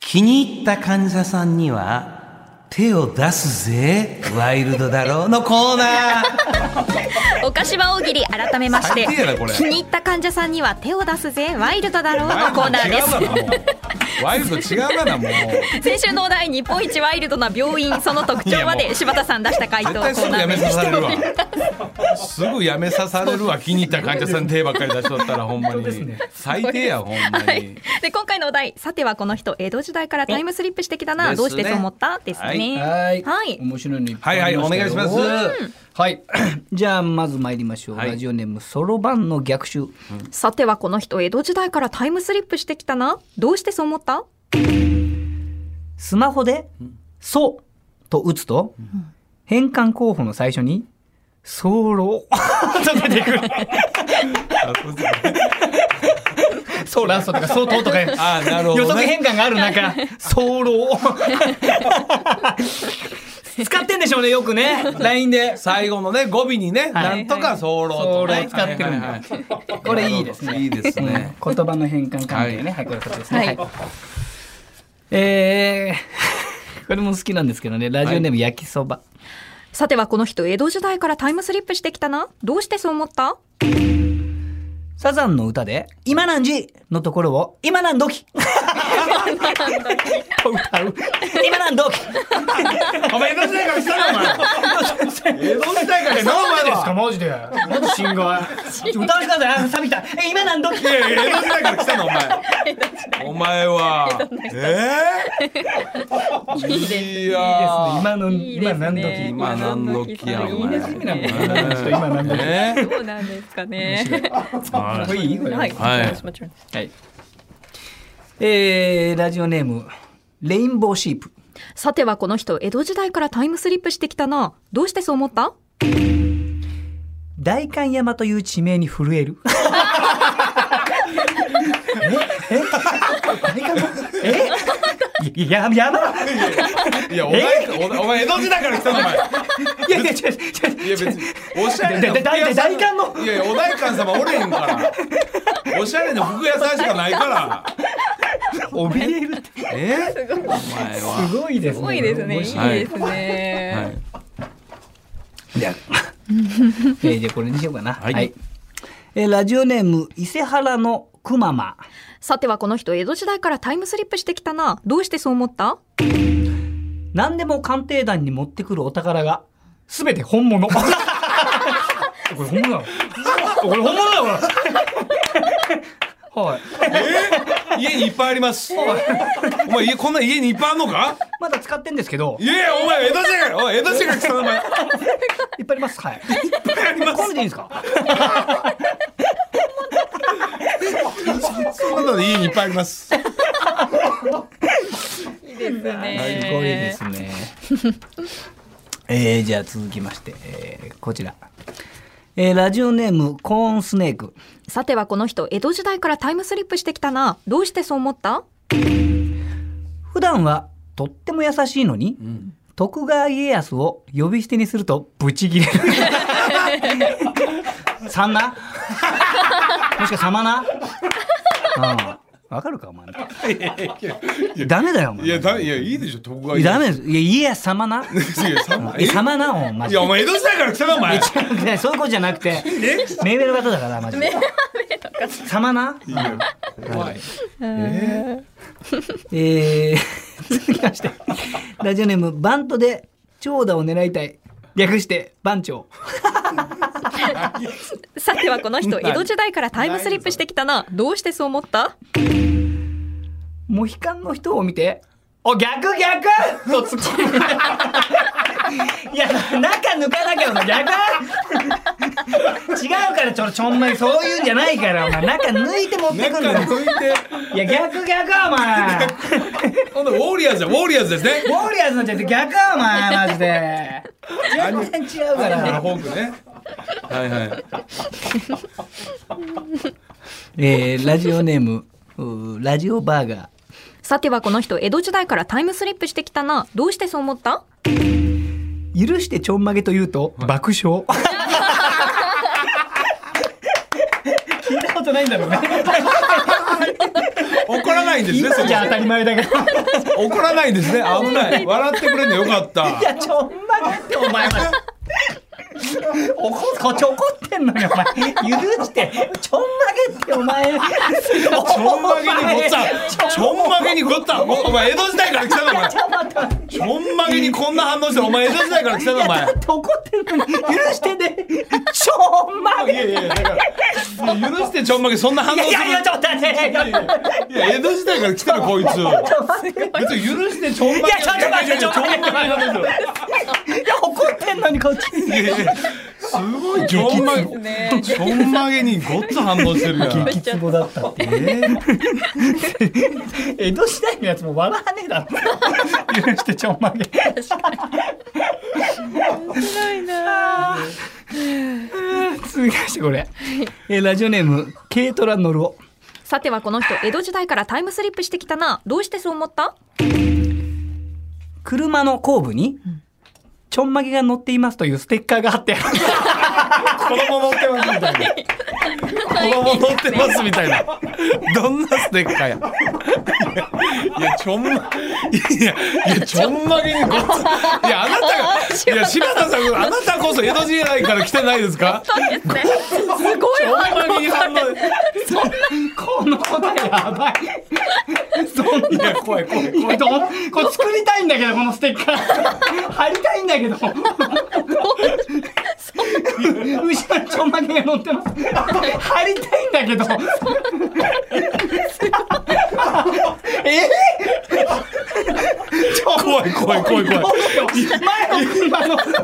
気に入った患者さんには、手を出すぜ、ワイルドだろうのコーナお菓子場大喜利改めまして最低やなこれ気に入った患者さんには手を出すぜワイルドだろうのコーナーですす。 ワイルド違うかなもう。先週のお題日本一ワイルドな病院その特徴まいやもでう柴田さん出した回答絶コ対すーぐナやーめでさされるわ。すぐやめさされるわ。気に入った患者さん手ばっかり出しとったらほんまに最低やほんまに。で今回のお題さてはこの人江戸時代からタイムスリップしてきたでなすねどうしてそう思ったですねはい、はい面白いのいっぱはいいはいおあり願いましましたす。よはい、 じゃあまず参りましょう、はいラジオネームそろばんの逆襲さてはこの人江戸時代からタイムスリップしてきたなどうしてそう思ったスマホで「そう」と打つと、変換候補の最初に「そろ」と出てくる「そうラスト」とか「そうと」とかあーなるほ予ど測ね。変換がある中「そ ろ」使ってんでしょうねよくね LINE で。最後のね語尾にね、はないんとか早漏とね早漏使ってるんだはいはいはいこれいいですねいいですね。うん言葉の変換関係ね、はい、これこっちですね。はい。えー これも好きなんですけどね、ラジオネーム焼きそば。さてはこの人江戸時代からタイムスリップしてきたなどうしてそう思ったサザンの歌で、今何時のところを、今何時と歌う。今何時お前江戸時代から来たのお前。江戸時代から来たのお前は。マジで。マジ信号。ちょ歌わせてくださいあ。サビた。え、今何時いやいや江戸時代から来たのお前。お前は。ええー。いやー。今の、いいですね今何時今何の木やお前。いいですねなんか今何の木えーどうなんですかねかっこいいこれ。はい、はいもちろんですはい。えー、ラジオネーム、レインボーシープ。さてはこの人江戸時代からタイムスリップしてきたなどうしてそう思った代官山という地名に震える。ええ代官山えいや、山いやお前おお前江戸時代から来たのお前。いやいいやや、違う違う別違う。におしゃれなでで服屋さんで大観のいやいやお代官様おれへんからおしゃれな服屋さんしかないから怯えるって。えお前はすごいですね。面白いいいですねはいじゃあ、えーじゃあこれにしようかな。はいえーラジオネーム、伊勢原のくまま。さてはこの人江戸時代からタイムスリップしてきたなどうしてそう思った何でも鑑定団に持ってくるお宝が、すべて本 物。これ本物だろ。これ本物だよ、これはい。家にいっぱいありますお前家こんな家にいっぱいあんのかまだ使ってんですけどい、やいやお前江戸時代からおい江戸時代から来たのお前いっいっぱいあります。はい。ぱいありまこすれでいいんですか。そんなので家にいっぱいありますすごいですね。 えー、じゃあ続きまして、えー、こちら。えー、ラジオネームコーンスネークさてはこの人江戸時代からタイムスリップしてきたなどうしてそう思った普段はとっても優しいのに、徳川家康を呼び捨てにするとブチギレる さんな もしくはさまなああわかるかお前ダメだよお前いやだいやいいでしょ徳川家ダメですいや家康様 ないやさまいや様なお前いやお前江戸時代から来たのお前ねそういうことじゃなくて、目上の方だから、マジで。さまな。怖いえー、 続きまして、ラジオネーム、バントで長打を狙いたい。略して、番長。さてはこの人江戸時代からタイムスリップしてきたなどうしてそう思ったモヒカンの人を見て、お、逆逆と突っ込む。いや、中抜かなきゃ、お前逆違うから、ちょ、ちょんまい、そういうんじゃないから、お前、中抜いて持って中くんだよ。抜いていや、逆逆、お前。ほんでウォーリアーズだウォーリアーズですねウォーリアーズのじゃ逆やお前マジで全然違うだかかららフォークねはいはいえー、ラジオネームうーラジオバーガーさてはこの人江戸時代からタイムスリップしてきたなどうしてそう思った許してちょんまげというと、爆笑聞いたことないんだろうね怒らないんですねそ今こじゃ当たり前だけど。い怒らないんですね危ない笑ってくれんのよかったや、ちょんまげって、お前は。おこ、こちょこってんのよ、お前。許して。ちょんまげって、お前。ちょんまげにごったちちょょんまげにごったおお前江戸時代から来たのお前ちょっと待って。ちょんまげにこんな反応してお前江戸時代から来たのお前だって怒ってんのに、許してね。ちょんまいげ。やいやいやだから許してちょんまげそんな反応いすやるいやいや、ちょっと待って。いやいやいや江戸時代から来てるこいつちょっと待って。別に許してちょんまげいやちょっと待ってちょっと待ってちょんまげなんですよいや、怒ってんのに、こっちに。いやいやすごいちょんまげちょんまげにごっつ反応してるやん激ツボだった。えー江戸時代のやつも笑わねえ だろ。許してちょんまげ。ないな続きましてこれ、えーラジオネーム軽トラ乗るおさてはこの人江戸時代からタイムスリップしてきたなどうしてそう思った車の後部に、ちょんまげが乗っていますというステッカーが貼ってある子供乗ってますみたいな子供乗ってますみたいなどんなステッカーやいやちょんまいやいやちょんまげにごっついやあなたがいや柴田さんあなたこそ江戸時代から来てないですかそうですねすごいちょんま反応げに反応この答えやばいそんな怖い怖い怖いどうこれ作りたいんだけどこのステッカー貼りたいんだけど後ろにちょんまげが乗ってます貼りたいんだけどえー、ちょん怖い怖い怖い怖い前の車の後ろに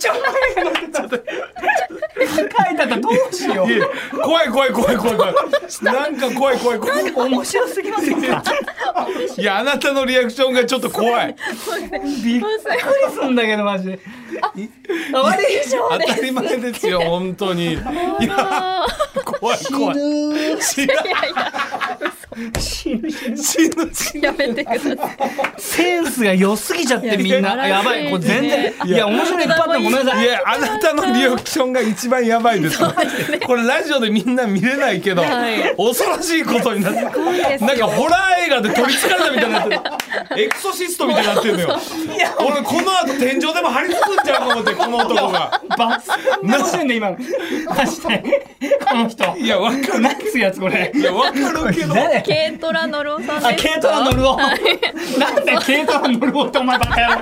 ちょんまげが乗ってた書いてあったらどうしよいや怖い怖い怖い怖い怖いなんか怖い怖い怖いう面白すぎませんかいやあなたのリアクションがちょっと怖いびっくりすんだけどマジであ悪いでしょ当たり前です よ本当にいや怖い怖い死ぬ死ぬ死ぬ死ぬ死ぬやめてくださいセンスが良すぎちゃってみんなやばいこれ全然いいやや面白いのいっぱいあったごめんなさいいやあなたのリアクションが一番やばいですこれラジオでみんな見れないけど、はい恐ろしいことになっていですねなんかホラー映画で取りつかれたみたいになってるエクソシストみたいになってるのよ俺この後天井でも張り付くんちゃうか思ってこの男がバス面白いね今のマジでこの人いやわかる何すやつこれいやわかるけど誰軽トラのろうさんですあ、軽トラ乗るお。なんで軽トラ乗るおってお前バカ野郎。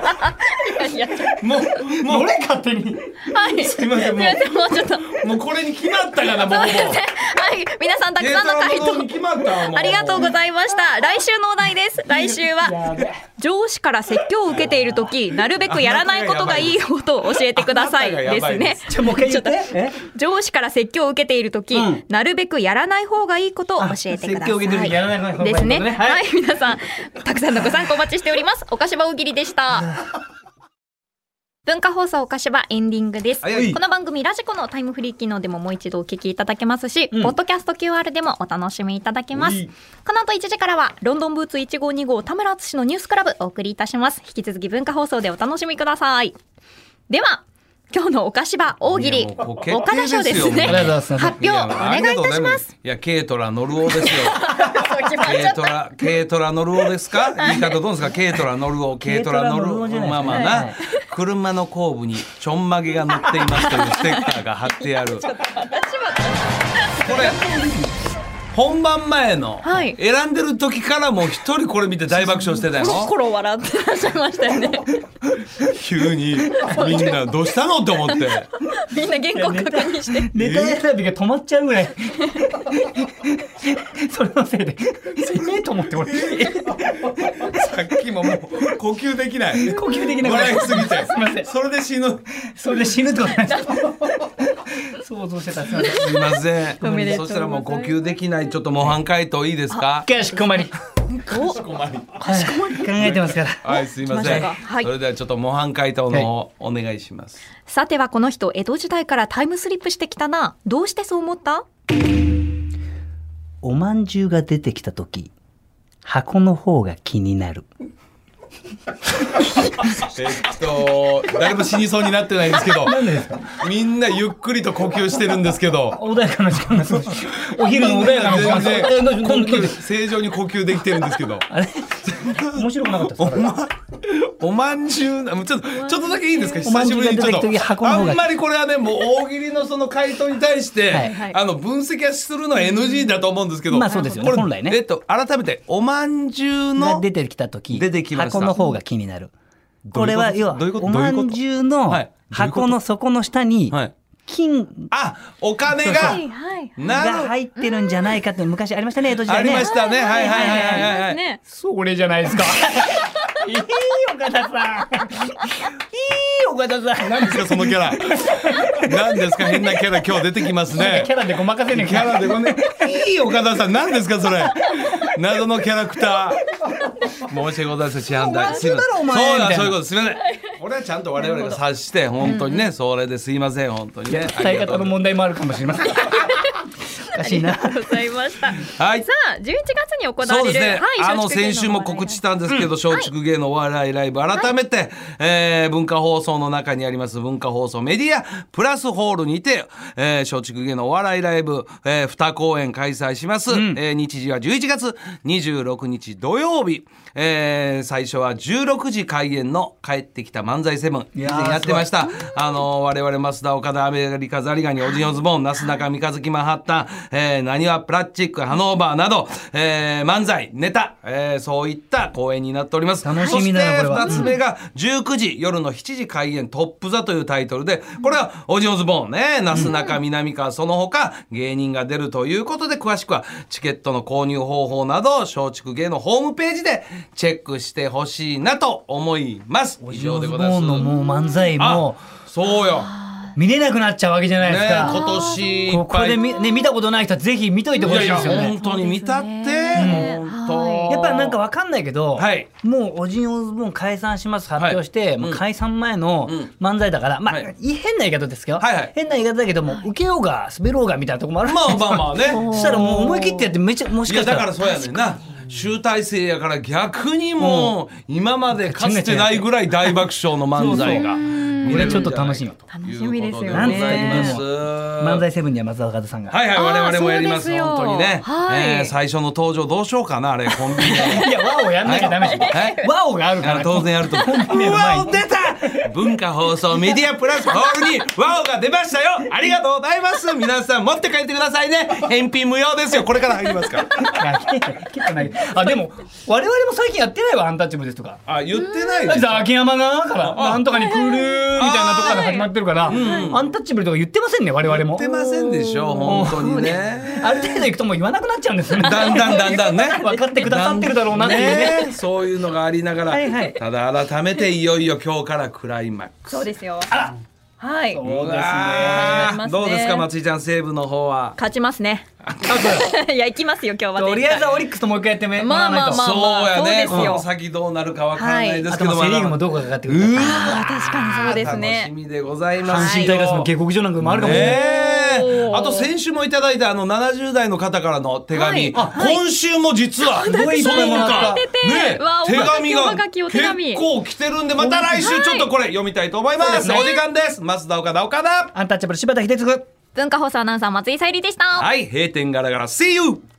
いやいやもうも乗れ勝手に。はいすいませんもういやでもちょっとうもうこれに決まった かなもうもうはい、皆さんたくデーさんのタ回のものに答決まったわもありがとうございました。来週のお題です。来週はやべ。上司から説教を受けている時、なるべくやらないことがいいことを教えてくださいあなたがやでばすいでねす。じゃもう一回言って。え上司から説教を受けている時、うんなるべくやらない方がいいことを教えてくだ説さ教を受けてるい。時やらない方がいいことねですね。はいはい、皆さんたくさんのご参考お待ちしております。おかしば大喜利で した。文化放送おかしばエンディングです。こ早いの番組ラジコのタイムフリー機能でももう一度お聞きいただけますし、うんポッドキャスト QR でもお楽しみいただけますいい。この後1時からはロンドンブーツ1号2号田村敦のニュースクラブお送りいたします。引き続き文化放送でお楽しみください。では、今日のお菓子場大喜い利、やもうこれ岡田賞です決定ですよね。ありがとうございます発表お願いいたします。いや軽トラ乗るお ですよ決まっちゃ軽ったトラ、軽トラ乗るおで すか。言い方どうですか。軽トラ乗るお、軽トラ乗るお。軽トラ乗るおじゃないまあまあはいは。ない車の後部にちょんまげが乗っていますというステッカーが貼っ てある。これ。本番前の、はい選んでる時からもう一人これ見て大爆笑してたよコロコロ笑ってらっしゃいましたよね。急にみんなどうしたのって思ってみんな原稿確認して。ネタ選びが止まっちゃうぐらい。 それのせいで。ええと思って 俺。さっきももう呼吸できない呼吸できなくな笑るいすぎてすみません。それで死ぬそれで死ぬってことなん ですか。想像してた。すみません。すいませんおめでとうございますそしたらもう呼吸できないちょっと模範解答いいですかかしこまり。お、困りはい考えてますから。はい、すいませ来ん。ましたかはいそれではちょっと模範解答の方、お願いします。さてはこの人、江戸時代からタイムスリップしてきたな。どうしてそう思ったおまんじゅうが出てきた時箱の方が気になるえっと誰も死にそうになってないんですけどみんなゆっくりと呼吸してるんですけど穏やかな時間です。お昼の穏やかな時全間然呼です。今吸度正常に呼吸できてるんですけどあれ面白くなかったですおかまおまんじゅうなちょっとちょっとだけいいですかおま久んしぶじゅうがりにちょっ出てきた時と箱の方があんまりこれはね もう大喜利のその回答に対して、はいはいあの分析はするのは NG だと思うんですけど、まあそうですよねこれ本来ねえっと改めておまんじゅうがの出てきた時出てきました箱の方が気になるどこういうことれは要はどういうことおまんじゅうのはい箱の底の下にはい金あお金がはいはい。なるが入ってるんじゃないかって昔ありましたね江戸時あ代りねましたねはいはいはいはいはい、ありますね。それじゃないですかいい岡田さんいい岡田さん何ですかその キャラ何ですか変なキャラ今日出てきますねラでごまかせねキャラでごめんいい岡田さん何ですかそれ謎のキャラクター申し訳ございません市販代すいませんお前そうみたいだなそういうことすみません俺はちゃんと我々が察して本当にねそれですいません本当にね伝え方の問題もあるかもしれませんおかしいなありがとうございました。はいさあ、11月に行われる、そうですね、あの松竹芸先能週もお笑い告知したんですけど松竹芸能お笑いライブ改めて、えー文化放送の中にあります文化放送メディアプラスホールにて、えー松竹芸能お笑いライブ、え2公演開催します、えー日時は11月26日土曜日、えー最初は16時開演の「帰ってきた漫才セブン以や前ーやってましたあの我々増田岡田アメリカザリガニオジンオズボーンなすなか三日月マンハッタンえーなにわプラスチックハノーバーなど、えー漫才ネタ、えーそういった公演になっております楽しみだなこれはそして2つ目が19時夜の7時開演「トップ・ザ」というタイトルでこれはオジンオズボーンねなすなか南川その他芸人が出るということで詳しくはチケットの購入方法など松竹芸のホームページでチェックしてほしいなと思います以上でございますボーンのもう漫才もあそうよ。見れなくなっちゃうわけじゃないですねか、今年いこっこぱい。でみ、ね、見たことない人はぜひ見といてほしいいでやすいよやね。本当に見たって、ね本当はいやっぱなんかわかんないけど、はいもうおじんおずぼん解散します発表して、いもううん解散前のん漫才だから、まあ、はいい、変な言い方ですけど、はいはい変な言い方だけども、受けようが滑ろうがみたいなとこもあるんでますあよまあまあね。 そしたらもう思い切ってやってめちゃもしいかやしただらからそうやねんな。集大成やから逆にもう今までかつてないぐらい大爆笑の漫才が見れるんじゃないかということでございます。これちょっと楽しみ楽しみですよねなんつったっても漫才セブンには松田岡田さんが、はいはいあー我々もやりまそすうですよ本当にね、はいえー最初の登場どうしようかなあれコンビニでい、や和をやんなきゃダメでしょ、はい和をがあるかあらの当然やる と思う。ビニの前にうわ出た文化放送メディアプラスホールにワオが出ましたよありがとうございます皆さん持って帰ってくださいね返品無用ですよこれから入りますからいや結構ないあでも我々も最近やってないわアンタッチャブルですとかあ言ってないでしょザキヤマがからなんとかに来るみたいなとこから始まってるから、アンタッチャブルとか言ってませんね我々言もってませんでしょ本当にねある程度行くともう言わなくなっちゃう んですよねだんだんだんだんね分かってくださってるだろうなっていうねねそういうのがありながらはいはいただ改めていよいよ今日からクライマックスそうですよ。はい。うですねうわりますーねどうですか松井ちゃん西武の方は 勝ちますね。 いや、行きますよ、今日は。とりあえずはオリックスともう一回やってみらわまないとあまあそうやねそうですよこの先どうなるかわかんないですあけとどまあセ・リーグもどこかかかってくるからあー確かにそうです楽しね。みでございます。阪神タイガースの下克上なんかもあるかもしれない、ええおーあと先週もいただいたあの70代の方からの手紙、はいあ今週も実は、いそれもか、出てねわあ、手紙おはががきおはがきお手紙結構来てるんでまた来週ちょっとこれ読みたいと思います、はいお時間です増田岡田岡田アンタッチャブル柴田秀嗣文化放送アナウンサー松井さゆりでした。はい閉店ガラガラ See you!